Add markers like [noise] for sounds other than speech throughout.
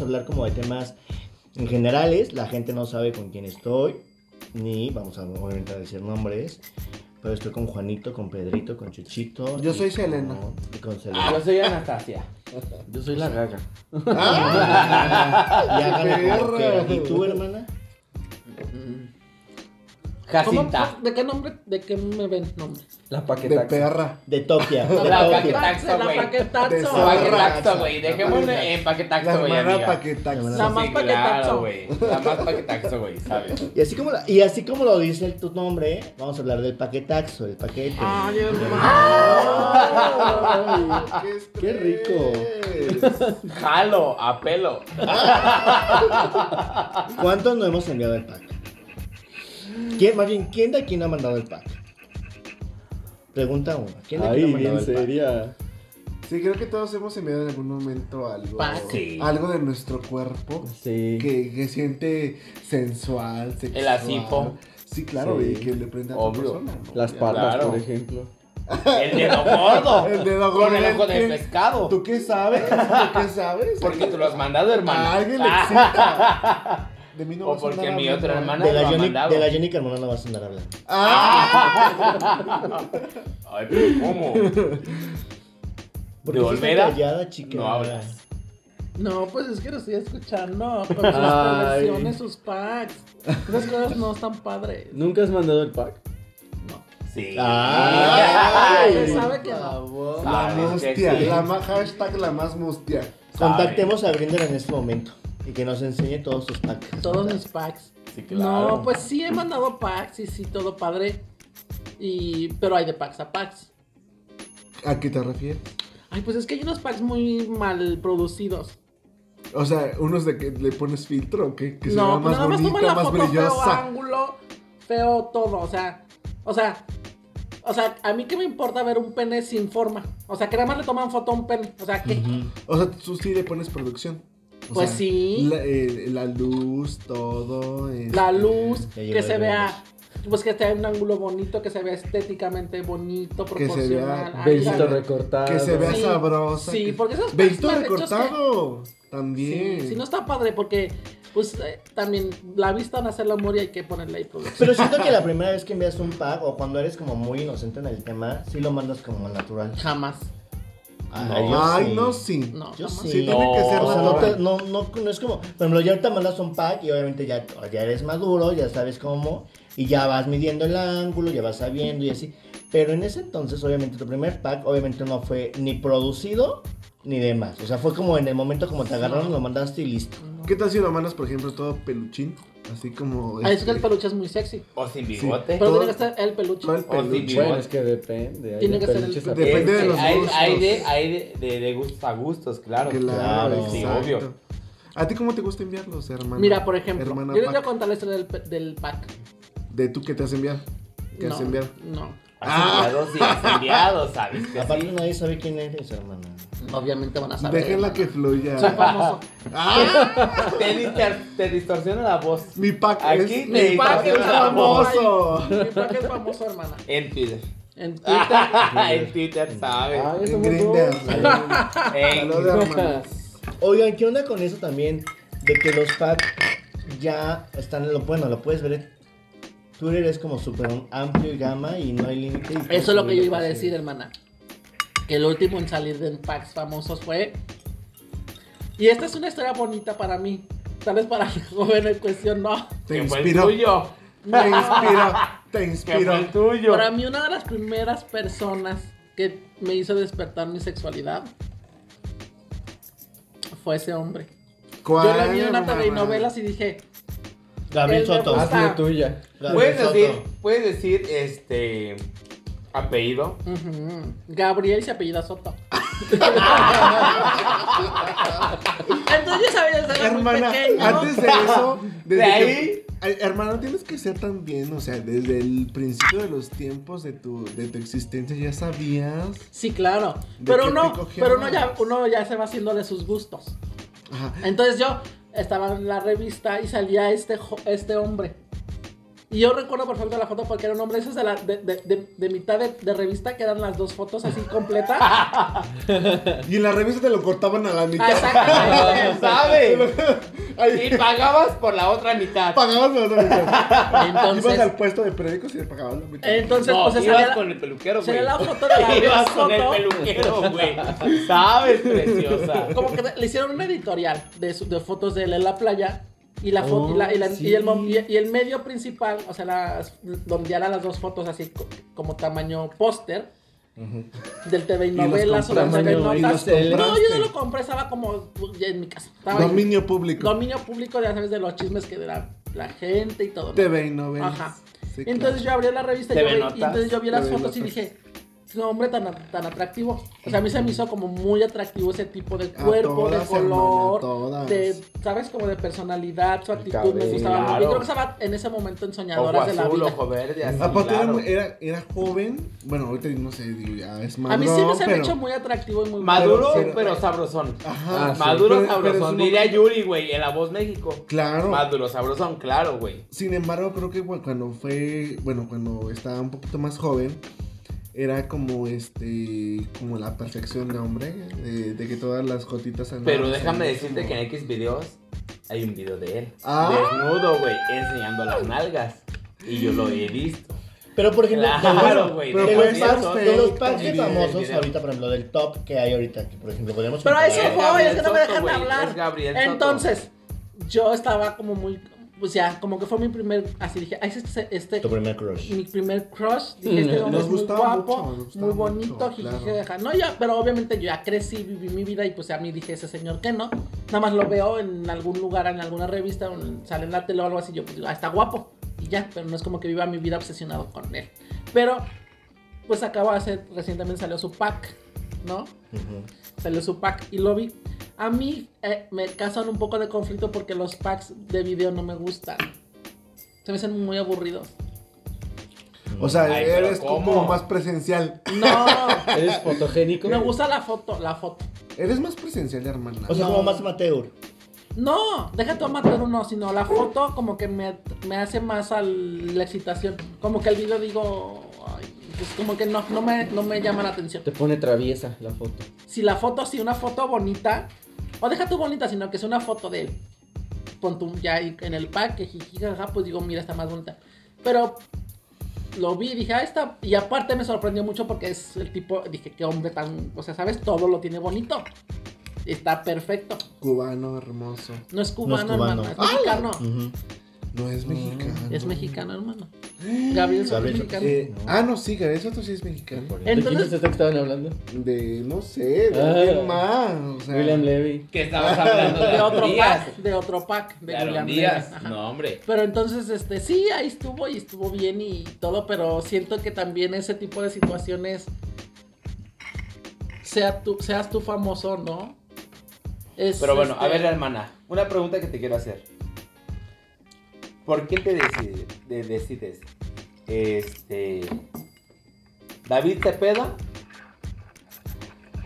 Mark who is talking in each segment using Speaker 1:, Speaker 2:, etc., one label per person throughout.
Speaker 1: hablar como de temas en generales, la gente no sabe con quién estoy, ni vamos a obviamente a decir nombres, pero estoy con Juanito, con Pedrito, con Chuchito.
Speaker 2: Yo
Speaker 1: y
Speaker 2: soy
Speaker 1: con-
Speaker 2: Selena.
Speaker 1: y con Selena.
Speaker 3: Yo soy Anastasia.
Speaker 4: Yo soy la gaga.
Speaker 1: Ah, y háganla como
Speaker 2: perro.
Speaker 1: quieran. ¿Y tú, hermana?
Speaker 4: ¿Cómo?
Speaker 3: Jacinta.
Speaker 4: ¿De qué nombre? ¿De qué me ven nombre?
Speaker 3: La
Speaker 2: De
Speaker 3: paquetaxa.
Speaker 2: perra.
Speaker 1: De Tokio. De
Speaker 3: La
Speaker 1: Tokio.
Speaker 3: paqueta- Paquetaxo,
Speaker 4: La
Speaker 3: güey.
Speaker 2: De
Speaker 4: paquetaxo.
Speaker 2: zorra.
Speaker 3: Paquetaxo, güey.
Speaker 2: La paquetaxo.
Speaker 3: Dejémosle en
Speaker 2: La
Speaker 3: paquetaxo, güey,
Speaker 2: hermana
Speaker 3: amiga.
Speaker 1: La
Speaker 2: paquetaxa.
Speaker 4: más
Speaker 3: Sí,
Speaker 4: paquetaxo.
Speaker 3: claro, güey. La más paquetaxo, güey, ¿sabes?
Speaker 1: Y así, como la- y así como lo dice el- tu nombre, ¿eh? vamos a hablar del paquetaxo, el paquete.
Speaker 4: Ay, hermano.
Speaker 2: Ay,
Speaker 1: Qué
Speaker 2: estrés.
Speaker 3: Jalo, a pelo.
Speaker 1: ¿Cuántos no hemos enviado el pack? ¿Quién, más bien, ¿quién de aquí no ha mandado el pack? Pregunta uno. ¿Quién de aquí no ha
Speaker 4: Ay,
Speaker 1: mandado el
Speaker 4: bien
Speaker 1: pack?
Speaker 4: seria.
Speaker 2: Sí, creo que todos hemos enviado en algún momento algo.
Speaker 4: Pase.
Speaker 2: Algo de nuestro cuerpo
Speaker 4: Sí.
Speaker 2: que, que siente sensual, sexual.
Speaker 3: El asipo.
Speaker 2: Sí, claro,
Speaker 4: Sí.
Speaker 2: y que le prenda a otra
Speaker 3: Obvio.
Speaker 2: persona. ¿no?
Speaker 4: Las
Speaker 2: Ya.
Speaker 4: patas,
Speaker 3: Claro.
Speaker 4: por ejemplo.
Speaker 3: El dedo gordo.
Speaker 2: El dedo
Speaker 3: Con el
Speaker 2: gordo.
Speaker 3: ojo de
Speaker 2: ¿Qué?
Speaker 3: pescado.
Speaker 2: ¿Tú qué sabes? ¿Tú qué sabes?
Speaker 3: Porque tú lo has mandado, hermano.
Speaker 2: A alguien le
Speaker 3: [laughs]
Speaker 2: excita. De mí no
Speaker 3: O
Speaker 2: vas a
Speaker 3: porque
Speaker 2: andar
Speaker 3: mi
Speaker 2: hablando.
Speaker 3: otra hermana-
Speaker 1: De la,
Speaker 3: Lo ha
Speaker 1: Johnny,
Speaker 3: mandado.
Speaker 1: de la Johnny Carmona no vas a andar hablando.
Speaker 2: ¡Ah!
Speaker 3: Ay, pero ¿cómo?
Speaker 1: ¿Por
Speaker 3: ¿De
Speaker 1: qué estás
Speaker 3: Olvera?
Speaker 1: callada, chica?
Speaker 3: No hablas.
Speaker 4: No, pues es que lo estoy escuchando. Con sus perversiones, sus packs. Esas cosas no están padres. ¿Nunca has mandado el pack? No.
Speaker 3: Sí.
Speaker 1: Ay.
Speaker 4: Se sabe que no.
Speaker 2: La
Speaker 3: Sabes Ah, que
Speaker 2: mustia.
Speaker 3: sí.
Speaker 2: La más, hashtag la más mustia.
Speaker 1: Contactemos a Grinder en este momento y que nos enseñe todos sus packs.
Speaker 4: Todos mis packs.
Speaker 3: Sí, claro.
Speaker 4: No, pues sí he mandado packs y sí, todo padre. Y, pero hay de packs a packs.
Speaker 2: ¿A qué te refieres?
Speaker 4: Ay, pues es que hay unos packs muy mal producidos.
Speaker 2: O sea, unos de que le pones filtro o qué? Que se vea
Speaker 4: no, pues
Speaker 2: más
Speaker 4: nada más toman
Speaker 2: bonita,
Speaker 4: la
Speaker 2: más
Speaker 4: foto feo
Speaker 2: brillosa.
Speaker 4: ángulo, feo todo, o sea, o sea, o sea, a mí qué me importa ver un pene sin forma. O sea, que nada más le toman foto a un pene, o sea, que
Speaker 2: O sea, tú sí le pones producción. O
Speaker 4: Pues
Speaker 2: sea,
Speaker 4: sí.
Speaker 2: La, eh, la luz, todo. este,
Speaker 4: la luz,
Speaker 1: Ya llegó
Speaker 4: que
Speaker 1: el
Speaker 4: se vea
Speaker 1: viernes.
Speaker 4: pues que esté en un ángulo bonito, que se vea estéticamente bonito,
Speaker 2: Que se
Speaker 4: proporcional.
Speaker 2: vea.
Speaker 4: Ay,
Speaker 2: que se
Speaker 4: la-
Speaker 2: vea-
Speaker 3: recortado.
Speaker 2: Que se vea
Speaker 4: Sí,
Speaker 2: sabrosa.
Speaker 4: sí,
Speaker 2: que-
Speaker 4: porque esos
Speaker 2: Belito
Speaker 4: packs mal hechos
Speaker 2: recortado. También.
Speaker 4: Sí, sí, no está padre porque pues eh, también la vista nace el amor y hay que ponerle ahí producción.
Speaker 1: Pero siento que la primera vez que envías un pack o cuando eres como muy inocente en el tema, sí lo mandas como natural.
Speaker 4: Jamás.
Speaker 1: Ay,
Speaker 2: Ay, no,
Speaker 1: sí.
Speaker 2: sí.
Speaker 4: No,
Speaker 1: Yo
Speaker 4: jamás.
Speaker 1: sí.
Speaker 2: Sí, tiene que ser
Speaker 1: O sea, no,
Speaker 2: natural.
Speaker 1: te- no, no, no es como, por ejemplo, ya ahorita mandas un pack y obviamente ya, ya eres maduro, ya sabes cómo, y ya vas midiendo el ángulo, ya vas sabiendo y así. Pero en ese entonces, obviamente, tu primer pack, obviamente no fue ni producido ni demás. O sea, fue como en el momento como te agarraron, lo mandaste y listo.
Speaker 2: ¿Qué tal si lo mandas, por ejemplo, todo peluchín? Así como.
Speaker 4: Ah, es que
Speaker 2: este,
Speaker 4: el peluche es muy sexy.
Speaker 3: O sin bigote.
Speaker 4: Pero
Speaker 2: Todo-
Speaker 4: tiene que ser el peluche.
Speaker 2: todo el
Speaker 3: O sin
Speaker 2: peluche.
Speaker 3: bigote. Eh,
Speaker 5: Es que depende. hay
Speaker 4: Tiene que ser el-
Speaker 5: peluches Ah, a
Speaker 2: Depende
Speaker 5: peluches.
Speaker 2: de los
Speaker 3: hay,
Speaker 2: gustos.
Speaker 3: Hay de, hay de, de, de gustos a gustos, claro.
Speaker 2: Claro,
Speaker 3: sí,
Speaker 2: exacto.
Speaker 3: obvio.
Speaker 2: ¿A ti cómo te gusta enviarlos, hermano?
Speaker 4: Mira, por ejemplo,
Speaker 2: Hermana
Speaker 4: yo les voy a
Speaker 2: Pac,
Speaker 4: contar la historia del, pe- del pack.
Speaker 2: ¿De tú que te has enviado? ¿Qué has
Speaker 4: No,
Speaker 2: enviado?
Speaker 4: No.
Speaker 3: Has enviado, sí, has enviado, ¿sabes?
Speaker 1: [laughs]
Speaker 3: Que
Speaker 1: Aparte,
Speaker 3: sí.
Speaker 1: nadie sabe quién eres, hermana.
Speaker 4: Obviamente van a saber.
Speaker 2: Déjenla que fluya. Ah,
Speaker 4: Soy famoso.
Speaker 3: Te, distor- te distorsiona la voz
Speaker 2: Mi pack
Speaker 3: Aquí
Speaker 2: es.
Speaker 3: te
Speaker 2: Mi pack es
Speaker 3: dicen la
Speaker 2: famoso.
Speaker 4: Mi pack es famoso, hermana.
Speaker 3: en Twitter.
Speaker 4: En
Speaker 2: Ah, [laughs]
Speaker 4: Twitter.
Speaker 3: [laughs] en Twitter, ¿sabes?
Speaker 5: Ah, eso me
Speaker 2: Grinder.
Speaker 3: [laughs] En-
Speaker 2: Saludos, hermanas.
Speaker 1: Oigan, ¿qué onda con eso también? De que los packs ya están en lo bueno, lo puedes ver. en Twitter es como súper amplio y gama y no hay límite. y puedes
Speaker 4: Eso es lo que yo
Speaker 1: subir
Speaker 4: iba a
Speaker 1: así.
Speaker 4: decir, hermana. Que el último en salir de packs famosos fue. Y esta es una historia bonita para mí. Tal vez para [laughs] el joven en
Speaker 2: [laughs]
Speaker 4: cuestión, no.
Speaker 2: Te
Speaker 3: que fue el
Speaker 2: inspiró.
Speaker 3: tuyo.
Speaker 2: Te inspiró. Te
Speaker 3: Que fue
Speaker 2: inspiró.
Speaker 3: el tuyo.
Speaker 4: Para mí, una de las primeras personas que me hizo despertar mi sexualidad fue ese hombre.
Speaker 2: ¿Cuál,
Speaker 4: Yo lo vi en una
Speaker 2: hermana?
Speaker 4: telenovelas y dije,
Speaker 1: Gabriel
Speaker 4: Él me
Speaker 1: Soto.
Speaker 4: gusta.
Speaker 5: Hazlo tuya.
Speaker 1: Gabriel
Speaker 3: Puedes
Speaker 1: Soto.
Speaker 3: decir, puedes decir, este, apellido.
Speaker 4: "Ujú, Gabriel se apellida Soto. [laughs] Entonces yo sabía desde era muy
Speaker 2: Hermana,
Speaker 4: pequeño.
Speaker 2: antes de eso, desde
Speaker 3: [laughs] De
Speaker 2: que-
Speaker 3: ahí.
Speaker 2: Ay, hermana, tienes que ser tan bien, o sea, desde el principio de los tiempos de tu, de tu existencia ya sabías.
Speaker 4: Sí, claro.
Speaker 2: ¿De
Speaker 4: Pero
Speaker 2: qué
Speaker 4: uno,
Speaker 2: te cogías?
Speaker 4: pero uno ya, uno ya se va haciendo de sus gustos.
Speaker 2: Ajá.
Speaker 4: Entonces yo estaba en la revista y salía este, jo- este hombre. Y yo recuerdo perfecto la foto porque era un hombre esas de, la- de, de, de- de mitad de, de revista que eran las dos fotos así completas.
Speaker 2: [laughs] Y en la revista te lo cortaban a la
Speaker 4: Ah,
Speaker 2: mitad. [laughs]
Speaker 4: Exactamente.
Speaker 3: ¿Sabes?
Speaker 2: Ahí
Speaker 3: [laughs] Y pagabas por la otra mitad.
Speaker 2: pagabas la otra mitad. Ibas
Speaker 4: Entonces,
Speaker 2: al puesto de periódicos y le pagabas la mitad.
Speaker 4: entonces
Speaker 3: no,
Speaker 4: pues se
Speaker 3: ibas
Speaker 4: salía,
Speaker 3: con el peluquero, güey. [laughs]
Speaker 4: salía la foto de la
Speaker 3: Ibas
Speaker 4: foto.
Speaker 3: con el peluquero, güey. ¿Sabes, preciosa?
Speaker 4: Como que le hicieron un editorial de, su- de fotos de él en la playa. Y, la fo- y, la- y la-
Speaker 2: Oh, sí.
Speaker 4: y el, mo- y- y el medio principal, o sea, las- donde eran las dos fotos así co- como tamaño póster del TV y
Speaker 2: los
Speaker 4: novelas o las
Speaker 2: compraste,
Speaker 4: TV
Speaker 2: ¿no? Y los
Speaker 4: notas.
Speaker 2: compraste.
Speaker 4: No, yo no lo compré, estaba como ya en mi casa. Estaba ahí.
Speaker 2: Dominio público.
Speaker 4: Dominio público, ya sabes, de los chismes que era la gente y todo. ¿no?
Speaker 2: TV y novelas.
Speaker 4: Ajá.
Speaker 2: Sí,
Speaker 4: entonces yo abrí la revista y
Speaker 3: Te
Speaker 4: yo
Speaker 3: ve
Speaker 4: vi-
Speaker 3: notas,
Speaker 4: y entonces yo vi
Speaker 2: te
Speaker 4: las
Speaker 2: ve
Speaker 4: fotos y
Speaker 2: notas.
Speaker 4: dije, qué hombre tan, a- tan atractivo. O sea, a mí se me hizo como muy atractivo ese tipo de
Speaker 2: A
Speaker 4: cuerpo,
Speaker 2: todas,
Speaker 4: de color,
Speaker 2: hermana, a todas.
Speaker 4: de, ¿sabes? Como de personalidad, su actitud me
Speaker 3: cabello.
Speaker 4: gustaba. mucho. Y
Speaker 3: Claro.
Speaker 4: creo que estaba en ese momento en
Speaker 3: Ojo
Speaker 4: Soñadoras de la
Speaker 3: azul,
Speaker 4: Vida.
Speaker 2: [laughs]
Speaker 3: ojo verde, así,
Speaker 2: claro. Aparte era
Speaker 3: claro.
Speaker 2: muy- era, era, joven. Bueno, ahorita no sé, digo, ya es más.
Speaker 4: a mí sí me se me
Speaker 2: pero...
Speaker 4: hecho muy atractivo y muy
Speaker 3: Maduro,
Speaker 2: Pero-
Speaker 3: pero,
Speaker 2: pero-
Speaker 3: sabrosón.
Speaker 2: Ajá.
Speaker 3: Ah, Maduro
Speaker 2: Pero- pero es
Speaker 3: sabrosón.
Speaker 2: un
Speaker 3: Diría
Speaker 2: momento-
Speaker 3: Yuri, güey, en La Voz México.
Speaker 2: Claro.
Speaker 3: Maduro sabrosón, claro, güey.
Speaker 2: Sin embargo, creo que bueno, cuando fue, bueno, cuando estaba un poquito más joven, era como este, como la perfección de hombre, de, de que todas las gotitas andaban
Speaker 3: Pero déjame
Speaker 2: ahí
Speaker 3: decirte
Speaker 2: como-
Speaker 3: que en X videos hay un video de él.
Speaker 2: Ah.
Speaker 3: Desnudo, güey, enseñando las nalgas. Y yo lo he visto.
Speaker 1: Pero por ejemplo, de los-
Speaker 3: Claro, güey.
Speaker 2: pero pues, este,
Speaker 1: de
Speaker 2: por
Speaker 1: los,
Speaker 2: eso
Speaker 1: packs,
Speaker 2: estoy
Speaker 1: de los
Speaker 2: ahí
Speaker 1: packs
Speaker 2: también.
Speaker 1: famosos ahorita, por ejemplo, del top que hay ahorita, que por ejemplo podemos
Speaker 4: Pero a eso
Speaker 1: comparar.
Speaker 4: voy, es que no me
Speaker 3: Gabriel Soto,
Speaker 4: dejan
Speaker 3: güey,
Speaker 4: hablar.
Speaker 3: es Gabriel Soto.
Speaker 4: Entonces, yo estaba como muy, pues ya, como que fue mi primer, así dije, ay, este, este,
Speaker 1: tu primer crush.
Speaker 4: mi primer crush. Dije, este
Speaker 2: Nos
Speaker 4: hombre es muy
Speaker 2: gustaba
Speaker 4: guapo,
Speaker 2: mucho, nos gustaba
Speaker 4: muy bonito,
Speaker 2: mucho, claro.
Speaker 4: jiji, jaja. No, ya, pero obviamente yo ya crecí, viví mi vida y pues a mí dije, ese señor que no. Nada más lo veo en algún lugar, en alguna revista, o en- sale en la tele o algo así, yo pues digo, ah, está guapo. Y ya, pero no es como que viva mi vida obsesionado con él. Pero, pues acaba de hacer, recientemente salió su pack, ¿no?
Speaker 1: Ujú.
Speaker 4: salió su pack y lo vi. A mí eh, me causan un poco de conflicto porque los packs de video no me gustan. Se me hacen muy aburridos.
Speaker 2: O sea,
Speaker 3: Ay, pero
Speaker 2: eres como
Speaker 3: ¿cómo?
Speaker 2: más presencial.
Speaker 4: No,
Speaker 5: [laughs] ¿Eres fotogénico?
Speaker 4: me gusta la foto, la foto.
Speaker 2: Eres más presencial, hermana.
Speaker 1: O sea,
Speaker 4: No.
Speaker 1: como más amateur.
Speaker 4: No, deja tu amateur uno, sino la foto como que me, me hace más a la excitación. Como que el video digo, ay, pues como que no, no, me, no me llama la atención.
Speaker 5: Te pone traviesa la foto.
Speaker 4: Si la foto, si una foto bonita, o deja tu bonita, sino que es una foto de él. Pon tú ya ahí en el pack, que jiji, jaja, pues digo, mira, está más bonita. Pero lo vi y dije, ah, está. Y aparte me sorprendió mucho porque es el tipo, dije, qué hombre tan. O sea, ¿sabes? Todo lo tiene bonito. Está perfecto.
Speaker 2: Cubano, hermoso.
Speaker 4: No es cubano, hermano.
Speaker 1: cubano.
Speaker 4: Es mexicano.
Speaker 1: Ujú.
Speaker 2: No es mexicano.
Speaker 4: Mm, Es mexicano, hermano. Gabriel Soto es
Speaker 1: Gabriel Soto.
Speaker 4: mexicano.
Speaker 2: Eh,
Speaker 1: No.
Speaker 2: Ah, no, sí, Gabriel Soto sí es mexicano.
Speaker 5: ¿De quién
Speaker 4: Entonces,
Speaker 5: es este que estaban hablando?
Speaker 2: De, no sé, de
Speaker 5: Ah.
Speaker 2: alguien más. O sea,
Speaker 5: William Levy.
Speaker 3: Que estabas hablando de,
Speaker 4: [laughs] de otro
Speaker 3: Díaz.
Speaker 4: pack, de otro pack, de
Speaker 3: De Aaron
Speaker 4: William
Speaker 3: Díaz.
Speaker 4: Levy, ajá.
Speaker 3: No, hombre.
Speaker 4: Pero entonces, este, sí, ahí estuvo y estuvo bien y todo, pero siento que también ese tipo de situaciones, sea tú, seas tú famoso, ¿no? Es,
Speaker 3: Pero bueno, a
Speaker 4: este,
Speaker 3: ver, hermana, una pregunta que te quiero hacer. ¿Por qué te decide- de- decides? Este. ¿David Cepeda?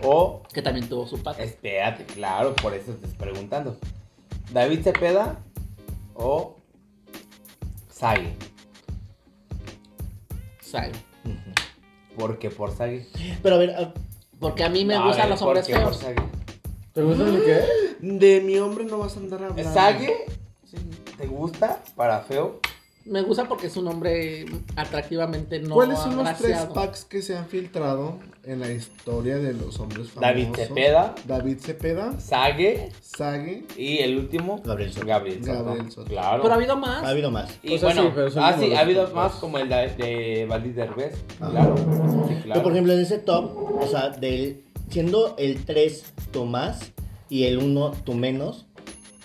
Speaker 3: O.
Speaker 4: Que también tuvo su
Speaker 3: eh,
Speaker 4: pack.
Speaker 3: Espérate, claro, por eso te estoy preguntando. ¿David Cepeda? O. Sage.
Speaker 4: ¿sabe?
Speaker 3: Porque por Sage.
Speaker 1: Pero a ver, ah, a-
Speaker 4: Porque a mí me
Speaker 3: A
Speaker 4: gustan
Speaker 3: ver,
Speaker 4: los
Speaker 3: ¿por
Speaker 4: hombres
Speaker 3: qué por
Speaker 4: feos.
Speaker 3: Sage?
Speaker 5: ¿Te gustan de qué?
Speaker 2: De mi hombre no vas a andar hablando.
Speaker 3: ¿Sage? ¿Te gusta para feo?
Speaker 4: Me gusta porque es un hombre atractivamente no
Speaker 2: ¿Cuáles son los tres
Speaker 4: agraciado.
Speaker 2: packs que se han filtrado en la historia de los hombres famosos?
Speaker 3: David Cepeda.
Speaker 2: David Cepeda,
Speaker 3: Sage.
Speaker 2: Sage.
Speaker 3: Y el último,
Speaker 1: Gabriel Soto.
Speaker 3: Gabriel Soto.
Speaker 2: Gabriel Soto.
Speaker 3: Claro.
Speaker 4: Pero ha habido
Speaker 1: ha
Speaker 4: más.
Speaker 1: habido más.
Speaker 3: y
Speaker 5: O sea,
Speaker 3: bueno,
Speaker 5: sí, pero son
Speaker 3: ah,
Speaker 5: como
Speaker 3: sí,
Speaker 5: los
Speaker 3: ha habido
Speaker 5: otros.
Speaker 3: más como el de, de Valdés Derbez.
Speaker 2: Ah.
Speaker 3: Claro. Sí, claro.
Speaker 1: Pero por ejemplo, en ese top, o sea, del, siendo el 3 tu más y el 1 tu menos,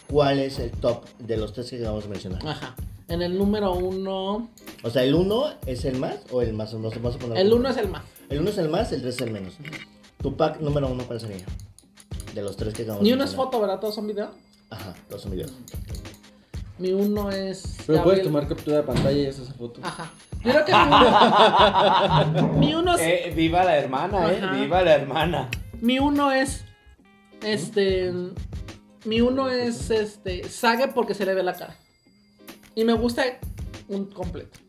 Speaker 1: ¿cuál es el top de los tres que acabamos de mencionar?
Speaker 4: Ajá. En el número uno.
Speaker 1: O sea, ¿el 1 es el más o el más? No sé, vamos a poner-
Speaker 4: El uno es el más.
Speaker 1: El 1 es el más, el 3 es el menos. Tu pack número 1, ¿cuál sería? De los tres que acabamos
Speaker 4: Ni
Speaker 1: de
Speaker 4: uno es
Speaker 1: mencionar.
Speaker 4: foto, ¿verdad? Todos son video.
Speaker 1: Ajá, los son videos.
Speaker 4: Mi uno es.
Speaker 5: Pero puedes
Speaker 4: Gabriel-
Speaker 5: tomar captura de pantalla y haces esa foto.
Speaker 4: Ajá. Yo creo que mi
Speaker 3: [laughs]
Speaker 4: uno, mi uno es.
Speaker 3: Eh, viva la hermana, eh.
Speaker 4: Ajá.
Speaker 3: Viva la hermana.
Speaker 4: Mi uno es. Este. Mi uno es este. Sage porque se le ve la cara. Y me gusta un completo.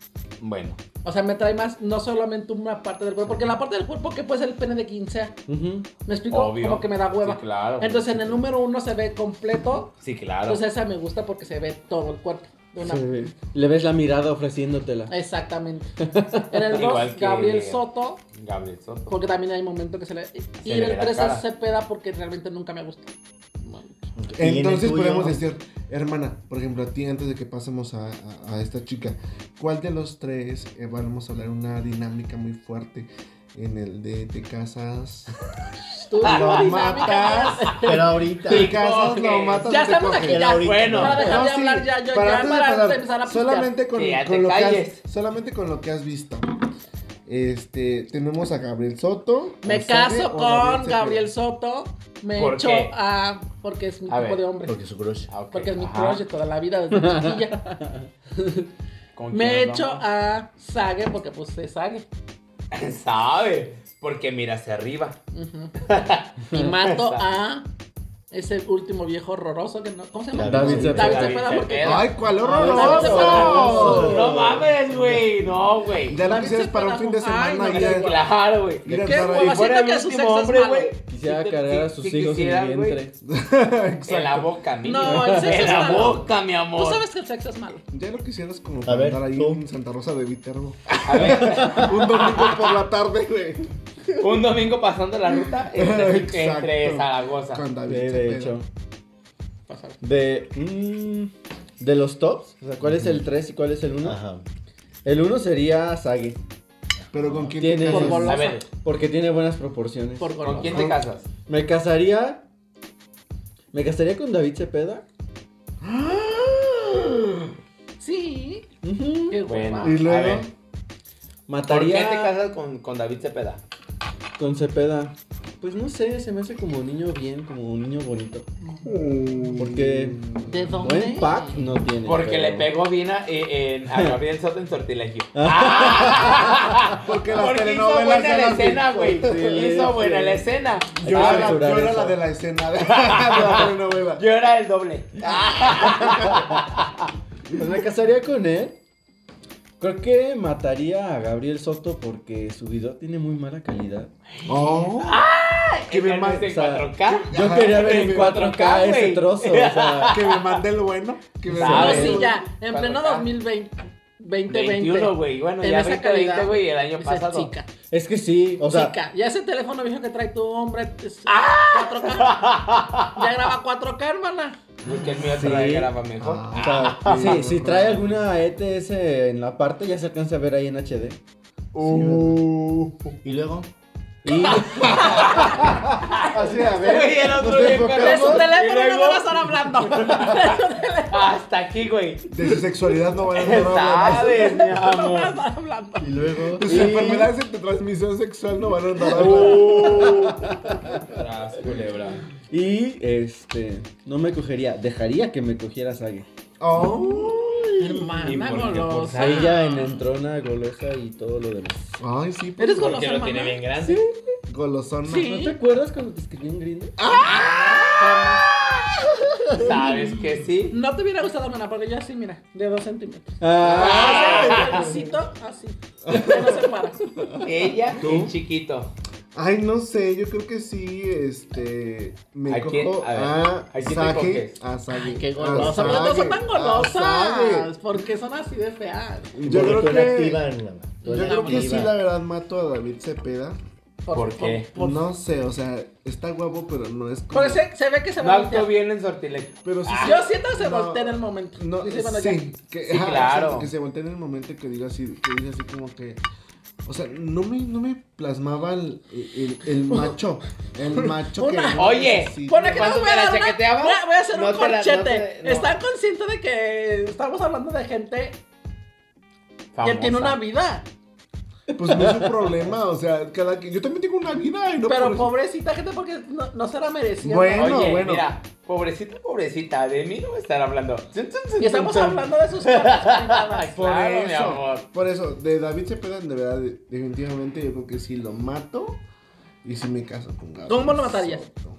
Speaker 3: Bueno,
Speaker 4: O sea, me trae más, no solamente una parte del cuerpo, porque la parte del cuerpo que puede ser el pene de quien sea.
Speaker 5: Ujú.
Speaker 4: ¿Me explico?
Speaker 3: obvio.
Speaker 4: Como que me da hueva.
Speaker 3: Sí, claro.
Speaker 4: Entonces en el número uno se ve completo.
Speaker 3: Sí, claro.
Speaker 4: Entonces esa me gusta porque se ve todo el cuerpo. De una...
Speaker 5: Se ve- Le ves la mirada ofreciéndotela.
Speaker 4: Exactamente. En el
Speaker 3: Igual
Speaker 4: 2,
Speaker 3: que-
Speaker 4: Gabriel Soto,
Speaker 3: Gabriel Soto.
Speaker 4: porque también hay momentos que se le. Y
Speaker 3: le
Speaker 4: en
Speaker 3: ve
Speaker 4: el
Speaker 3: la
Speaker 4: 3
Speaker 3: cara.
Speaker 4: es Cepeda porque realmente nunca me gusta.
Speaker 1: Y en el
Speaker 2: Entonces
Speaker 1: tuyo,
Speaker 2: podemos decir, hermana, por ejemplo, a ti antes de que pasemos a, a- a esta chica, ¿cuál de los tres eh, vamos a hablar una dinámica muy fuerte en el de te casas?
Speaker 4: Tú
Speaker 2: Lo
Speaker 4: dinámica,
Speaker 2: matas.
Speaker 1: Pero ahorita.
Speaker 2: Te casas,
Speaker 3: coges.
Speaker 2: lo matas.
Speaker 4: Ya
Speaker 2: o te
Speaker 4: estamos
Speaker 2: coges?
Speaker 4: aquí, ya.
Speaker 1: Ahorita.
Speaker 4: Bueno,
Speaker 1: No,
Speaker 4: para dejar
Speaker 2: No,
Speaker 4: de
Speaker 2: sí,
Speaker 4: hablar ya, yo
Speaker 2: para
Speaker 4: ya,
Speaker 2: antes de
Speaker 4: para
Speaker 2: pasar,
Speaker 4: empezar a pistear.
Speaker 2: solamente con,
Speaker 3: Que ya
Speaker 2: con
Speaker 3: te
Speaker 2: lo que
Speaker 3: calles.
Speaker 2: has, solamente con lo que has visto. Este, tenemos a Gabriel Soto. a
Speaker 4: Me
Speaker 2: Zoe
Speaker 4: caso
Speaker 2: o
Speaker 4: con
Speaker 2: Cepeda.
Speaker 4: Gabriel Soto. Me
Speaker 3: ¿Por
Speaker 4: echo
Speaker 3: qué?
Speaker 4: a. Porque es mi
Speaker 3: A
Speaker 4: tipo
Speaker 3: ver,
Speaker 4: de hombre.
Speaker 1: Porque su crush.
Speaker 3: Ah, ok,
Speaker 4: Porque es mi
Speaker 3: ajá.
Speaker 4: crush de toda la vida desde chiquilla.
Speaker 3: ¿Con
Speaker 4: Me
Speaker 3: quién
Speaker 4: echo
Speaker 3: hablamos?
Speaker 4: a Sage porque pues es Sage.
Speaker 3: [laughs] Sabe, porque mira hacia arriba.
Speaker 4: Ujú. Y mato a ese último viejo horroroso que no. ¿Cómo se llama?
Speaker 1: David
Speaker 5: Cepeda.
Speaker 4: David
Speaker 3: David
Speaker 4: Cepeda porque.
Speaker 3: Cepeda.
Speaker 2: Ay, cuál
Speaker 4: David
Speaker 2: horroroso.
Speaker 4: Cepeda.
Speaker 3: No mames, güey. No, güey.
Speaker 2: Ya lo
Speaker 4: David
Speaker 2: quisieras para un fin
Speaker 4: Cepeda,
Speaker 2: de
Speaker 4: ay, no,
Speaker 2: semana. y
Speaker 4: ya.
Speaker 2: ya-
Speaker 3: Claro, güey.
Speaker 2: Mira,
Speaker 4: Qué
Speaker 2: Sara,
Speaker 4: hueva,
Speaker 2: y-
Speaker 4: siento que su sexo es malo.
Speaker 5: Quisiera
Speaker 3: Sí,
Speaker 5: cargar a
Speaker 3: sí,
Speaker 5: sus
Speaker 3: sí
Speaker 5: hijos en
Speaker 3: quisiera,
Speaker 5: el
Speaker 3: güey.
Speaker 5: vientre.
Speaker 2: Exacto.
Speaker 3: En la boca, mira.
Speaker 4: No, el sexo
Speaker 3: En
Speaker 4: es
Speaker 3: la
Speaker 4: malo.
Speaker 3: boca, mi
Speaker 4: Tú
Speaker 3: amor.
Speaker 4: sabes que el sexo es malo.
Speaker 2: Ya lo quisieras como
Speaker 1: A ver,
Speaker 2: andar ahí
Speaker 1: tú.
Speaker 2: en Santa Rosa de Viterbo.
Speaker 3: A ver,
Speaker 2: [laughs] un domingo por la tarde, güey.
Speaker 3: un domingo pasando la ruta
Speaker 2: [laughs]
Speaker 3: entre,
Speaker 2: Exacto.
Speaker 3: entre Zaragoza.
Speaker 2: Con
Speaker 5: Sí,
Speaker 2: David.
Speaker 5: de
Speaker 2: Cepeda.
Speaker 5: hecho.
Speaker 4: Pasa.
Speaker 5: De. mm, de los tops. O sea, ¿cuál es el 3 y cuál es el 1?
Speaker 1: Ajá.
Speaker 5: El 1 sería Sage.
Speaker 2: Pero con quién
Speaker 5: Tiene-
Speaker 2: te
Speaker 4: Por
Speaker 2: casas?
Speaker 4: golosa.
Speaker 3: A ver,
Speaker 5: Porque tiene buenas proporciones.
Speaker 4: Por
Speaker 3: ¿con quién
Speaker 4: golosa.
Speaker 3: te casas?
Speaker 5: Me casaría. Me casaría con David Cepeda.
Speaker 4: Sí.
Speaker 5: Ujú.
Speaker 4: Qué
Speaker 3: Bueno,
Speaker 4: bueno.
Speaker 2: Y luego-
Speaker 3: a ver. ¿Por qué
Speaker 5: Mataría
Speaker 3: te casas con, con David Cepeda?
Speaker 5: con Cepeda. Pues no sé, se me hace como un niño bien, como un niño bonito. Porque-
Speaker 4: ¿De dónde?
Speaker 5: Buen pack no tiene.
Speaker 3: Porque
Speaker 5: pero-
Speaker 3: le pegó bien a, eh, en- a Gabriel Soto en sortilegio. Ah,
Speaker 2: Porque Ah, las
Speaker 3: Porque hizo
Speaker 2: telenovelas
Speaker 3: buena
Speaker 2: ya
Speaker 3: la
Speaker 2: las vi.
Speaker 3: escena, güey.
Speaker 5: Sí,
Speaker 3: Hizo
Speaker 5: sí.
Speaker 3: buena la escena.
Speaker 2: Yo,
Speaker 5: Ah,
Speaker 2: era, la-
Speaker 5: censurar
Speaker 2: yo era la
Speaker 5: eso.
Speaker 2: de la escena de, [laughs] de la telenovela.
Speaker 3: Yo era el doble.
Speaker 5: Pues me casaría con él. Creo que mataría a Gabriel Soto porque su video tiene muy mala calidad.
Speaker 2: Oh. Que me
Speaker 3: Él no
Speaker 2: ma-
Speaker 3: es en
Speaker 5: o sea,
Speaker 3: 4K.
Speaker 5: Yo
Speaker 2: Ajá.
Speaker 5: quería ver en
Speaker 3: En
Speaker 5: 4K ese
Speaker 3: güey.
Speaker 5: trozo.
Speaker 2: [laughs]
Speaker 5: O sea,
Speaker 2: Que me mande el bueno. Que me
Speaker 3: No,
Speaker 4: No,
Speaker 2: mande el
Speaker 4: Ah, sí,
Speaker 2: bueno.
Speaker 4: ya. En
Speaker 3: Cuando
Speaker 4: pleno
Speaker 3: está.
Speaker 4: 2020.
Speaker 3: 21,
Speaker 4: 2020.
Speaker 3: güey. Bueno,
Speaker 4: En
Speaker 3: ya
Speaker 4: esa
Speaker 3: 2020,
Speaker 4: calidad,
Speaker 3: güey, el año
Speaker 4: Esa
Speaker 3: pasado.
Speaker 4: chica.
Speaker 5: es que sí, o sea,
Speaker 4: chica, ya ese teléfono viejo que trae tu hombre es
Speaker 3: ¡Ah! [laughs]
Speaker 4: 4K. Ya graba 4K, hermana.
Speaker 3: Porque el mío
Speaker 5: Sí.
Speaker 3: todavía graba mejor.
Speaker 5: o
Speaker 2: Ah,
Speaker 5: sea,
Speaker 2: Ah,
Speaker 5: sí,
Speaker 2: sí.
Speaker 5: si trae alguna ETS en la parte ya se alcanza a ver ahí en HD.
Speaker 2: uh.
Speaker 1: Y luego.
Speaker 5: Y
Speaker 2: Así, a ver.
Speaker 3: [laughs] Güey, el otro
Speaker 2: nos
Speaker 3: día
Speaker 4: De
Speaker 2: enfocamos
Speaker 3: ¿Cómo?
Speaker 4: su
Speaker 3: ¿Y
Speaker 4: teléfono no
Speaker 3: luego?
Speaker 4: van a estar hablando. [laughs]
Speaker 3: Hasta aquí, güey.
Speaker 2: De su sexualidad no van a estar hablando.
Speaker 3: Sabes, mi
Speaker 4: No van a
Speaker 3: amor.
Speaker 4: estar hablando.
Speaker 1: Y luego.
Speaker 2: De sus
Speaker 5: Y-
Speaker 2: enfermedades de transmisión sexual no van a andar hablando.
Speaker 3: Uh. Tras, culebra.
Speaker 5: Y este, no me cogería, dejaría que me cogiera Sage.
Speaker 2: Oh.
Speaker 3: ¿Y pues,
Speaker 4: Hermana
Speaker 3: por qué? Por
Speaker 4: golosa.
Speaker 5: Ahí ya en entrona, golosa y todo lo demás.
Speaker 2: Ay, sí. pues,
Speaker 4: Eres
Speaker 3: Porque
Speaker 4: golosa,
Speaker 3: lo tiene
Speaker 4: hermana.
Speaker 3: bien grande.
Speaker 2: Golosona.
Speaker 4: Sí.
Speaker 5: ¿No te acuerdas cuando te escribí en Grindr?
Speaker 3: Sabes que sí.
Speaker 4: No te hubiera gustado, hermana, porque yo así, mira, de 2 centímetros.
Speaker 5: Ah,
Speaker 4: Ah, Así, así. Ya no se para.
Speaker 3: Ella y chiquito.
Speaker 2: Ay, no sé, yo creo que sí, este. Me
Speaker 3: ¿A
Speaker 2: cojo ah,
Speaker 3: quién? A ver,
Speaker 2: a,
Speaker 3: ¿a quién te
Speaker 2: Sage.
Speaker 3: coges?
Speaker 2: A Sage.
Speaker 4: Ay,
Speaker 3: Ah,
Speaker 4: qué
Speaker 2: a
Speaker 4: golosa. Pero no
Speaker 2: Sage,
Speaker 4: son tan
Speaker 2: a
Speaker 4: golosas.
Speaker 2: Sage.
Speaker 4: Porque son así de feas.
Speaker 1: Porque
Speaker 2: Yo creo
Speaker 1: tú eres activa,
Speaker 2: que.
Speaker 1: mi mamá. Tú
Speaker 2: Yo
Speaker 1: eres
Speaker 2: creo que sí,
Speaker 1: activa.
Speaker 2: la verdad, mato a David Cepeda.
Speaker 3: ¿Por qué?
Speaker 4: por-
Speaker 2: No sé, o sea, está guapo, pero no es como.
Speaker 4: Porque se, se ve que se
Speaker 3: No
Speaker 4: va a
Speaker 3: actuó bien en sortilegio.
Speaker 2: Pero sí. sí-
Speaker 4: Ah. Yo siento que se
Speaker 2: No.
Speaker 4: voltea en el momento.
Speaker 2: No,
Speaker 4: Dice, bueno, ya.
Speaker 2: sí, que,
Speaker 3: Sí,
Speaker 2: ajá,
Speaker 3: claro.
Speaker 2: exacto, que se voltea en el momento que diga así, que diga así como que, o sea, no me, no me plasmaba el, el, el macho,
Speaker 4: [laughs]
Speaker 2: el macho que
Speaker 4: Una-
Speaker 3: Oye,
Speaker 2: necesito.
Speaker 4: Por aquí
Speaker 3: ¿Cuánto
Speaker 4: les voy a
Speaker 3: te la
Speaker 4: dar una-
Speaker 3: chaqueteabas?
Speaker 4: voy a- voy a hacer
Speaker 3: No
Speaker 4: un
Speaker 3: te la- no
Speaker 4: corchete.
Speaker 3: te- no.
Speaker 4: ¿Están conscientes de que estamos hablando de gente que tiene una vida?
Speaker 2: Pues no es un problema, o sea, cada que, yo también tengo una vida y no
Speaker 4: pero
Speaker 3: pues.
Speaker 2: por-
Speaker 4: pobrecita gente porque no, no se la merecía.
Speaker 2: Bueno.
Speaker 3: Oye,
Speaker 2: bueno.
Speaker 3: mira, pobrecita, pobrecita, de mí no me estar hablando. Chun, chun, chun,
Speaker 4: Y estamos
Speaker 3: chun, chun.
Speaker 4: hablando de sus partes privadas.
Speaker 2: por
Speaker 3: [laughs] claro,
Speaker 2: eso,
Speaker 3: mi amor.
Speaker 2: por eso, de David Cepeda, de verdad, de- definitivamente yo creo que sí lo mato y sí me caso con Gabriel
Speaker 4: ¿Cómo lo matarías?
Speaker 2: Soto.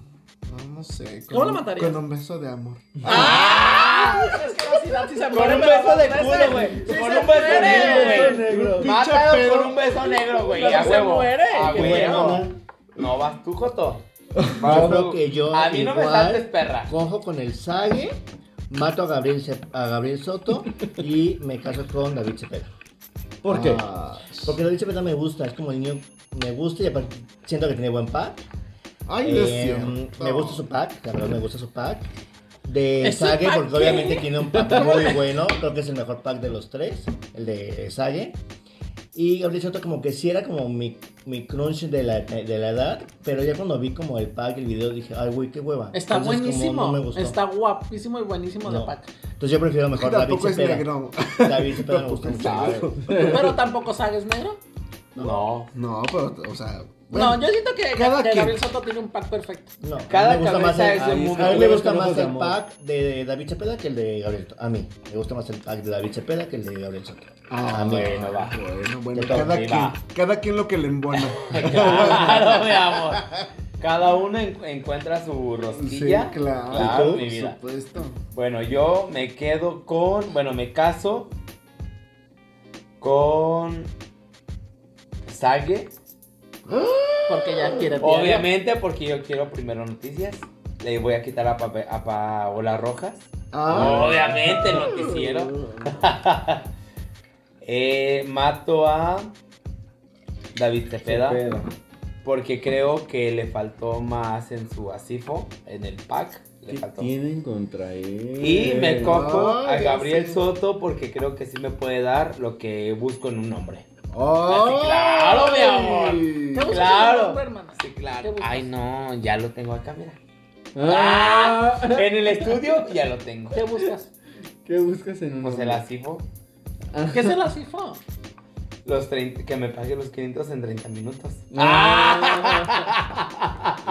Speaker 2: No, no sé.
Speaker 4: ¿Cómo
Speaker 2: con-
Speaker 4: lo matarías?
Speaker 2: Con un beso de amor.
Speaker 4: ¡Ah! Es que la ciudad sí se
Speaker 3: pues. Con un
Speaker 4: pero
Speaker 3: beso de
Speaker 4: no
Speaker 3: culo,
Speaker 4: sé.
Speaker 3: güey.
Speaker 4: Sí
Speaker 3: Con
Speaker 4: se
Speaker 3: un beso
Speaker 4: puede.
Speaker 3: de culo, güey.
Speaker 1: negro.
Speaker 2: Pinche
Speaker 3: Mátalo
Speaker 2: pedo.
Speaker 3: con un beso negro, güey.
Speaker 4: Pero
Speaker 3: A
Speaker 4: se
Speaker 3: huevo.
Speaker 4: muere.
Speaker 3: A
Speaker 1: Qué buena
Speaker 3: huevo.
Speaker 1: onda.
Speaker 3: No vas tú, Joto.
Speaker 1: Yo
Speaker 3: Vas
Speaker 1: creo
Speaker 3: tú.
Speaker 1: que yo.
Speaker 3: A mí no me
Speaker 1: igual
Speaker 3: saltes, perra.
Speaker 1: Cojo con el Sague, mato a Gabriel, Se- a Gabriel Soto y me caso con David Cepeda.
Speaker 5: ¿Por qué?
Speaker 2: Ah,
Speaker 1: Porque David Cepeda me gusta, es como el niño. Me gusta y aparte siento que tiene buen pack.
Speaker 2: Ay, no es
Speaker 1: Eh,
Speaker 2: cierto.
Speaker 1: Me gusta su pack, la verdad me gusta su pack. De
Speaker 4: ¿Es su
Speaker 1: Sage,
Speaker 4: pack
Speaker 1: porque
Speaker 4: qué?
Speaker 1: obviamente tiene un pack
Speaker 4: [laughs]
Speaker 1: muy bueno. Creo que es el mejor pack de los tres, el de Sage. Y Gabriel Soto como que sí era como mi, mi crunch de la, de la edad, pero ya cuando vi como el pack, el video, dije, ay, güey, qué hueva.
Speaker 4: Está
Speaker 1: Entonces, como
Speaker 4: buenísimo.
Speaker 1: no me gustó.
Speaker 4: Está guapísimo y buenísimo de
Speaker 1: No. [laughs]
Speaker 4: pack.
Speaker 1: Entonces yo prefiero mejor David
Speaker 2: Tampoco es
Speaker 1: Cepeda.
Speaker 2: negro.
Speaker 1: David Cepeda me gusta mucho.
Speaker 3: Claro.
Speaker 4: Pero tampoco Sagues negro.
Speaker 3: No.
Speaker 2: [laughs] No, pero, o sea. bueno,
Speaker 4: no, yo siento que,
Speaker 2: cada
Speaker 4: que
Speaker 2: quien.
Speaker 4: Gabriel Soto tiene un pack perfecto.
Speaker 1: No,
Speaker 3: Cada
Speaker 1: a mí me gusta más
Speaker 3: cabeza
Speaker 1: el,
Speaker 3: es un
Speaker 1: a mí-
Speaker 3: mundo.
Speaker 1: A mí me gusta
Speaker 5: Conozco
Speaker 1: más
Speaker 5: de
Speaker 1: el
Speaker 5: amor.
Speaker 1: pack de David Cepeda que el de Gabriel Soto. A mí, me gusta más el pack de David Cepeda que el de Gabriel Soto.
Speaker 2: Ah,
Speaker 1: a mí.
Speaker 3: Bueno, va.
Speaker 2: Bueno, bueno,
Speaker 1: Te toca,
Speaker 2: cada
Speaker 3: ahí
Speaker 2: quien,
Speaker 3: va.
Speaker 2: cada quien lo que le
Speaker 3: [laughs]
Speaker 2: embona.
Speaker 3: Claro, mi amor. Cada uno en- encuentra su
Speaker 2: Sí,
Speaker 3: rosquilla.
Speaker 2: claro,
Speaker 3: Claro,
Speaker 1: ¿Y tú?
Speaker 3: mi vida.
Speaker 2: por supuesto.
Speaker 3: Bueno, yo me quedo con. Bueno, me caso. Con. Sage.
Speaker 4: Porque ya quiere diario.
Speaker 3: Obviamente, porque yo quiero primero noticias. Le voy a quitar a, Pape- a Paola Rojas.
Speaker 1: Oh,
Speaker 2: Ah,
Speaker 3: Obviamente, noticiero. Eh, mato a. David Cepeda.
Speaker 5: Cepeda.
Speaker 3: Porque creo que le faltó más en su asifo. En el pack. Le
Speaker 5: ¿Qué
Speaker 3: faltó.
Speaker 5: tienen contra él?
Speaker 3: Y me cojo a
Speaker 2: Ay,
Speaker 3: Gabriel
Speaker 2: sí.
Speaker 3: Soto porque creo que sí me puede dar lo que busco en un hombre.
Speaker 2: Oh.
Speaker 3: Claro, mi amor.
Speaker 4: ¿Qué buscas
Speaker 3: Claro.
Speaker 4: en un hombre, hermana?
Speaker 3: Sí,
Speaker 4: ¿Qué
Speaker 3: claro.
Speaker 4: buscas?
Speaker 3: Ay, no, ya lo tengo acá,
Speaker 4: [laughs]
Speaker 3: mira.
Speaker 5: Ah,
Speaker 3: En el estudio ya lo tengo.
Speaker 4: ¿Qué buscas?
Speaker 5: ¿Qué buscas en un
Speaker 3: Pues
Speaker 5: hombre?
Speaker 3: el asifo.
Speaker 4: ¿Qué se la cifó?
Speaker 3: Los 30 que me pague los 500 en 30 minutos.
Speaker 5: Ah.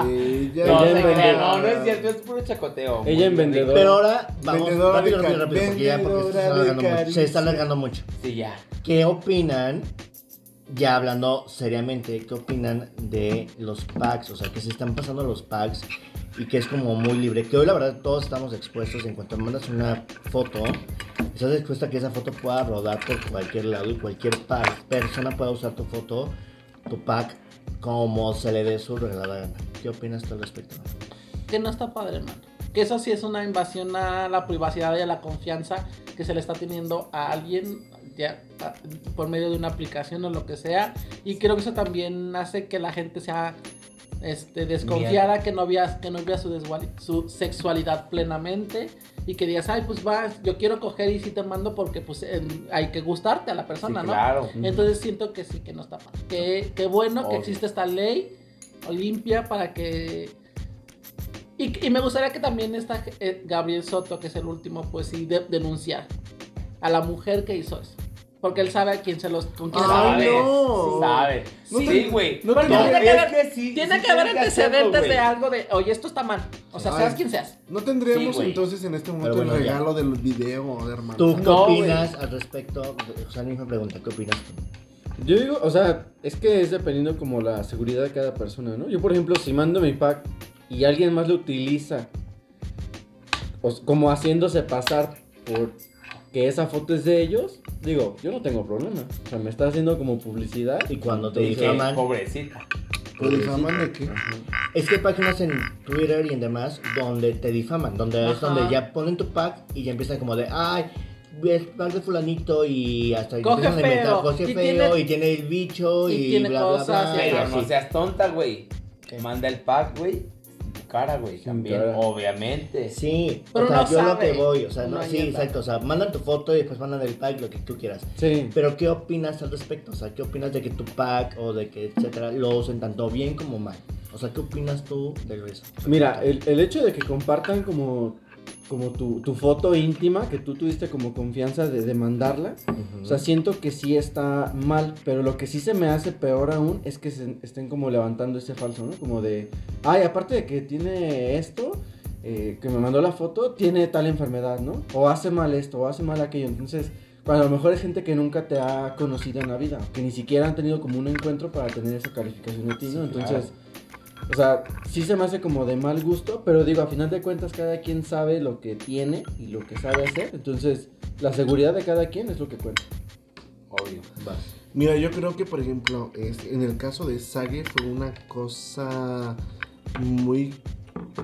Speaker 2: Ella,
Speaker 3: No,
Speaker 5: Ella
Speaker 3: se
Speaker 5: en
Speaker 3: crea,
Speaker 5: vendedora.
Speaker 3: no, no es cierto, es puro chacoteo.
Speaker 5: Ella en
Speaker 3: vendedor
Speaker 5: vendedora.
Speaker 1: Pero ahora vamos
Speaker 2: Vendedora
Speaker 1: rápido,
Speaker 2: de
Speaker 1: rápido,
Speaker 2: car-
Speaker 1: rápido, porque ya porque se está
Speaker 2: vendedora de
Speaker 1: alargando mucho. Se está
Speaker 2: caricias.
Speaker 1: alargando mucho.
Speaker 3: Sí, ya.
Speaker 1: ¿Qué opinan? Ya hablando seriamente, ¿qué opinan de los packs? O sea, que se están pasando los packs y que es como muy libre. Que hoy la verdad todos estamos expuestos. En cuanto mandas una foto, estás expuesta a que esa foto pueda rodar por cualquier lado y cualquier pa- persona pueda usar tu foto, tu pack, como se le dé su regalada gana. ¿Qué opinas tú al respecto?
Speaker 4: Que no está padre, hermano. Que eso sí es una invasión a la privacidad y a la confianza que se le está teniendo a alguien ya, a- por medio de una aplicación o lo que sea. Y creo que eso también hace que la gente sea este, desconfiada, que no vea, que no vea su, desguali- su sexualidad plenamente. Y que digas, ay, pues va, yo quiero coger y sí te mando porque pues en- hay que gustarte a la
Speaker 3: Sí,
Speaker 4: persona, ¿no?
Speaker 3: claro.
Speaker 4: Entonces siento que sí, que no está mal. Que, que bueno que
Speaker 3: Obvio.
Speaker 4: existe esta ley limpia para que... Y, y me gustaría que también esta eh, Gabriel Soto, que es el último, pues sí, de- denunciar a la mujer que hizo eso. Porque él sabe a quién se los... Con quién se los-
Speaker 3: Sabes,
Speaker 2: no.
Speaker 3: sabes.
Speaker 2: No
Speaker 3: Sí,
Speaker 2: te-
Speaker 3: güey.
Speaker 2: no
Speaker 4: Porque
Speaker 2: te-
Speaker 4: tiene que
Speaker 3: es
Speaker 4: haber,
Speaker 3: que sí,
Speaker 4: tiene
Speaker 3: sí
Speaker 4: que haber
Speaker 3: tienen hacerlo,
Speaker 4: antecedentes de
Speaker 3: güey.
Speaker 4: algo de, oye, esto está mal. O sea,
Speaker 2: Ay.
Speaker 4: seas quien seas.
Speaker 2: No tendríamos
Speaker 3: Sí, güey.
Speaker 2: entonces en este
Speaker 1: Pero
Speaker 2: momento
Speaker 1: bueno,
Speaker 2: el
Speaker 1: ya.
Speaker 2: regalo del video, hermano.
Speaker 1: ¿Tú qué
Speaker 4: No, güey.
Speaker 1: opinas al respecto? O sea, la misma pregunta, ¿qué opinas tú?
Speaker 5: Yo digo, o sea, es que es dependiendo como la seguridad de cada persona, ¿no? Yo, por ejemplo, si mando mi pack y alguien más lo utiliza, o s- como haciéndose pasar por que esa foto es de ellos, digo, yo no tengo problema. O sea, me está haciendo como publicidad.
Speaker 1: Y cuando te
Speaker 3: Dije,
Speaker 1: difaman,
Speaker 3: pobrecita.
Speaker 2: ¿Te difaman de qué?
Speaker 1: Es que hay páginas en Twitter y en demás donde te difaman, donde es
Speaker 4: Ajá.
Speaker 1: donde ya ponen tu pack y ya empiezan como de, ay, es pack de fulanito y hasta
Speaker 4: Coge
Speaker 1: empiezan a inventar
Speaker 4: feo,
Speaker 1: coge
Speaker 4: y
Speaker 1: feo
Speaker 4: tiene-
Speaker 1: y tiene el bicho
Speaker 4: y
Speaker 1: y,
Speaker 4: tiene
Speaker 1: bla, bla,
Speaker 4: cosas,
Speaker 1: bla.
Speaker 4: y
Speaker 3: Pero
Speaker 4: ajá.
Speaker 1: Ah, sí.
Speaker 3: no seas tonta, güey.
Speaker 1: ¿Qué?
Speaker 3: Manda el pack, güey. en Tu cara, güey.
Speaker 5: Sin
Speaker 3: También,
Speaker 5: cara.
Speaker 3: obviamente.
Speaker 1: Sí,
Speaker 4: Pero
Speaker 1: o sea,
Speaker 4: no
Speaker 1: yo lo
Speaker 4: sabe.
Speaker 1: que voy, o sea, no,
Speaker 4: No
Speaker 1: sí,
Speaker 4: entiendo.
Speaker 1: exacto, o sea, mandan tu foto y después mandan el pack, lo que tú quieras.
Speaker 5: Sí.
Speaker 1: Pero ¿qué opinas al respecto? O sea, ¿qué opinas de que tu pack o de que etcétera lo usen tanto bien como mal? O sea, ¿qué opinas tú de eso?
Speaker 5: Mira, el, el hecho de que compartan como, como tu, tu foto íntima, que tú tuviste como confianza de demandarla,
Speaker 1: Ujú.
Speaker 5: O sea, siento que sí está mal, pero lo que sí se me hace peor aún es que se estén como levantando ese falso, ¿no? Como de, ay, aparte de que tiene esto, eh, que me mandó la foto, tiene tal enfermedad, ¿no? O hace mal esto, o hace mal aquello. Entonces, cuando a lo mejor es gente que nunca te ha conocido en la vida, que ni siquiera han tenido como un encuentro para tener esa calificación de ti,
Speaker 3: Sí,
Speaker 5: ¿no?
Speaker 3: claro.
Speaker 5: Entonces, o sea, sí se me hace como de mal gusto, pero digo, a final de cuentas cada quien sabe lo que tiene y lo que sabe hacer, entonces la seguridad de cada quien es lo que cuenta.
Speaker 3: Obvio.
Speaker 1: Vas.
Speaker 2: Mira, yo creo que, por ejemplo, es- en el caso de Sage fue una cosa muy,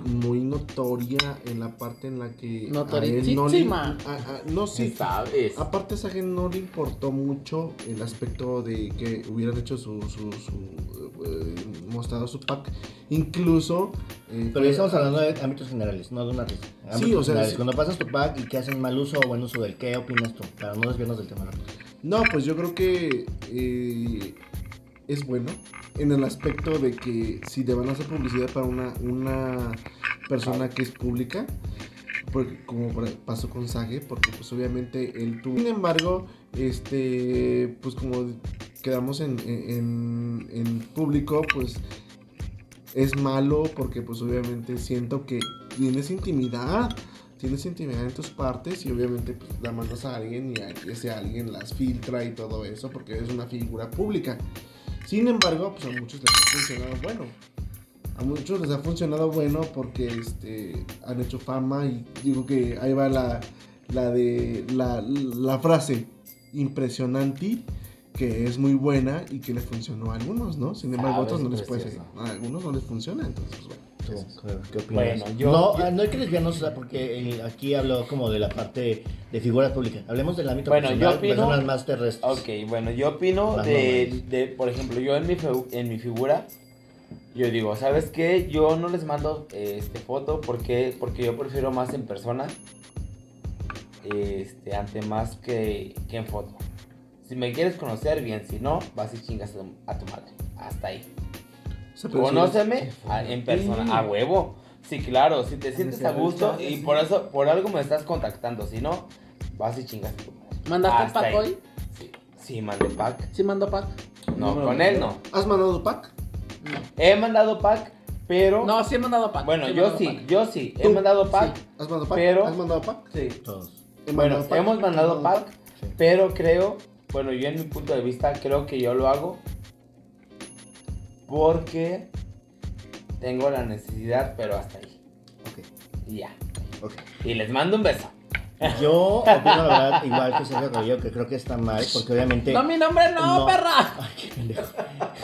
Speaker 2: muy notoria en la parte en la que. a él no, le-
Speaker 4: Notorichísima.
Speaker 2: a- a- no,
Speaker 3: Sí,
Speaker 2: sí.
Speaker 3: sabes.
Speaker 2: Aparte, Sage no le importó mucho el aspecto de que hubieran hecho su. su, su, eh, mostrado su pack. Incluso. eh,
Speaker 1: Pero ya estamos hablando de ámbitos generales, no de una risa. Ámbitos
Speaker 2: Sí, o sea,
Speaker 1: generales.
Speaker 2: sí.
Speaker 1: Cuando pasas tu pack y que hacen mal uso o buen uso del, ¿qué opinas tú? Para no desviarnos del tema. rápido.
Speaker 2: No, pues yo creo que eh, es bueno en el aspecto de que si te van a hacer publicidad para una, una persona que es pública, porque, como por- pasó con Sage, porque pues obviamente él tuvo... Sin embargo, este, pues como quedamos en, en- en- en público, pues es malo porque pues obviamente siento que tienes intimidad. Tienes intimidad en tus partes y obviamente pues, la mandas a alguien y a- ese alguien las filtra y todo eso porque es una figura pública. Sin embargo, pues a muchos les ha funcionado bueno. A muchos les ha funcionado bueno porque este, han hecho fama y digo que ahí va la, la de la, la frase impresionante que es muy buena y que le funcionó a algunos, ¿no? Sin embargo, a
Speaker 3: Sabes,
Speaker 2: otros no les puede
Speaker 3: precioso.
Speaker 2: A algunos no les funciona, entonces pues, bueno.
Speaker 1: Tú, ¿Qué opinas?
Speaker 3: Bueno, yo-
Speaker 1: No,
Speaker 3: yo-
Speaker 1: ah, no hay que desviarnos, o sea, porque el- aquí habló como de la parte de figuras públicas. Hablemos del ámbito
Speaker 3: Bueno,
Speaker 1: personal,
Speaker 3: yo opino-
Speaker 1: personas más terrestres.
Speaker 3: Ok, bueno, yo opino
Speaker 1: Las
Speaker 3: de,
Speaker 1: normales.
Speaker 3: de, por ejemplo, yo en mi, feu- en mi figura, yo digo, ¿sabes qué? Yo no les mando eh, este foto porque, porque yo prefiero más en persona, este, ante más que, que en foto. Si me quieres conocer, bien, si no, vas y chingas a tu- a tu madre. Hasta ahí.
Speaker 2: O sea, pero si-
Speaker 3: Conóceme a- en persona, a huevo. Sí, claro, si te sientes a gusto y por eso, por algo me estás contactando, si no, vas y chingas a tu madre.
Speaker 4: ¿Mandaste
Speaker 3: Hasta
Speaker 4: pack
Speaker 3: ahí.
Speaker 4: hoy?
Speaker 3: Sí, sí, mandé pack.
Speaker 4: Sí, mandó pack.
Speaker 3: No,
Speaker 5: No,
Speaker 3: con
Speaker 5: no,
Speaker 3: él
Speaker 5: no.
Speaker 3: no.
Speaker 2: ¿Has mandado pack?
Speaker 4: No.
Speaker 3: He mandado pack, pero.
Speaker 4: No, sí he mandado pack.
Speaker 3: bueno,
Speaker 4: he
Speaker 3: yo
Speaker 4: mandado
Speaker 3: sí,
Speaker 4: pack.
Speaker 3: yo sí. He
Speaker 2: Tú,
Speaker 3: mandado pack.
Speaker 2: Sí. ¿Has mandado pack?
Speaker 3: pero-
Speaker 2: ¿Has mandado pack?
Speaker 3: Sí.
Speaker 1: Todos.
Speaker 2: He
Speaker 3: Bueno,
Speaker 2: mandado pack.
Speaker 3: hemos mandado
Speaker 2: He
Speaker 3: pack,
Speaker 1: Sí.
Speaker 3: pero creo. Bueno, yo en mi punto de vista, creo que yo lo hago. Porque. Tengo la necesidad, pero hasta ahí.
Speaker 1: Ok,
Speaker 3: Y ya.
Speaker 1: ok.
Speaker 3: Y les mando un beso.
Speaker 1: Yo opino la verdad igual que Sergio Carrillo, que creo que está mal, porque obviamente...
Speaker 4: No, mi nombre no,
Speaker 1: No.
Speaker 4: perra.
Speaker 1: Ay, qué pendejo.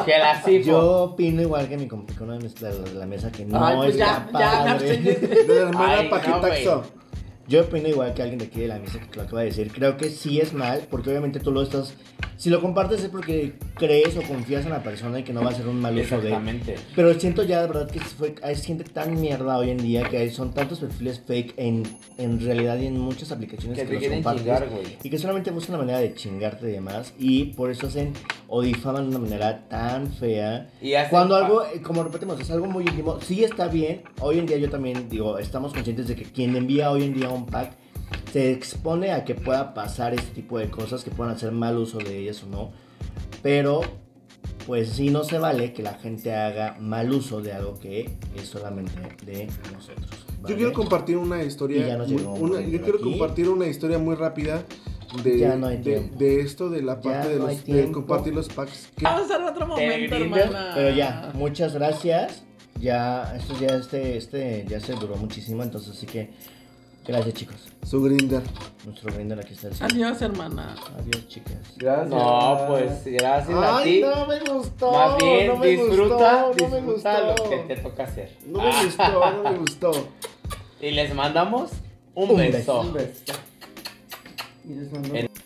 Speaker 3: Que la cifro.
Speaker 1: Yo opino igual que mi compañero de, mis- de los de la mesa que no
Speaker 4: Ay, pues ya,
Speaker 1: está
Speaker 4: ya, me
Speaker 1: padre. [laughs]
Speaker 4: abstendí.
Speaker 2: De la hermana
Speaker 3: Ay, no,
Speaker 2: Paquetaxo.
Speaker 3: güey.
Speaker 1: Yo opino igual que alguien de aquí de la mesa que lo acaba de decir. Creo que sí es mal, porque obviamente tú lo estás. Si lo compartes es porque crees o confías en la persona y que no va a ser un mal uso de.
Speaker 3: Exactamente.
Speaker 1: Pero siento ya de verdad que se fue, hay gente tan mierda hoy en día que hay, son tantos perfiles fake en, en realidad y en muchas aplicaciones
Speaker 3: Que
Speaker 1: que,
Speaker 3: te
Speaker 1: los
Speaker 3: quieren
Speaker 1: compartes.
Speaker 3: chingar, güey.
Speaker 1: Y que solamente buscan la manera de chingarte y demás. Y por eso hacen o difaman de una manera tan fea.
Speaker 3: Y hacen
Speaker 1: Cuando
Speaker 3: pa-
Speaker 1: algo, eh, como repetimos, es algo muy íntimo, sí está bien. Hoy en día yo también digo, estamos conscientes de que quien envía hoy en día un pack se expone a que pueda pasar este tipo de cosas, que puedan hacer mal uso de ellas o no. Pero, pues sí no se vale que la gente haga mal uso de algo que es solamente de nosotros.
Speaker 2: Yo
Speaker 1: ¿vale?
Speaker 2: quiero compartir una historia.
Speaker 1: Y ya nos
Speaker 2: muy-
Speaker 1: llegó un
Speaker 2: una- yo
Speaker 1: momento
Speaker 2: quiero
Speaker 1: aquí.
Speaker 2: compartir una historia muy rápida de,
Speaker 1: Ya no hay
Speaker 2: de,
Speaker 1: tiempo.
Speaker 2: de esto de la
Speaker 1: Ya
Speaker 2: parte de,
Speaker 1: no
Speaker 2: los-
Speaker 1: hay
Speaker 2: de
Speaker 1: tiempo. Ah.
Speaker 2: compartir los packs. que-
Speaker 4: Vamos a hacer otro momento,
Speaker 3: Grinder,
Speaker 4: hermana.
Speaker 1: Pero ya, muchas gracias. Ya, esto ya este, este ya se duró muchísimo, entonces así que gracias chicos.
Speaker 2: Su grinder.
Speaker 1: Nuestro brindar aquí está el cielo.
Speaker 4: Adiós, hermana.
Speaker 1: Adiós chicas.
Speaker 5: Gracias.
Speaker 3: No, pues gracias a
Speaker 2: Ay,
Speaker 3: ti.
Speaker 2: no me gustó.
Speaker 3: Más bien,
Speaker 2: no me
Speaker 3: disfruta,
Speaker 2: gustó, no me
Speaker 3: disfruta
Speaker 2: gustó.
Speaker 3: lo que te toca hacer. Ah,
Speaker 2: No me gustó, no me gustó.
Speaker 3: Y les mandamos un,
Speaker 1: Un
Speaker 3: beso.
Speaker 1: beso.
Speaker 5: Un beso. Y les mando-
Speaker 3: En-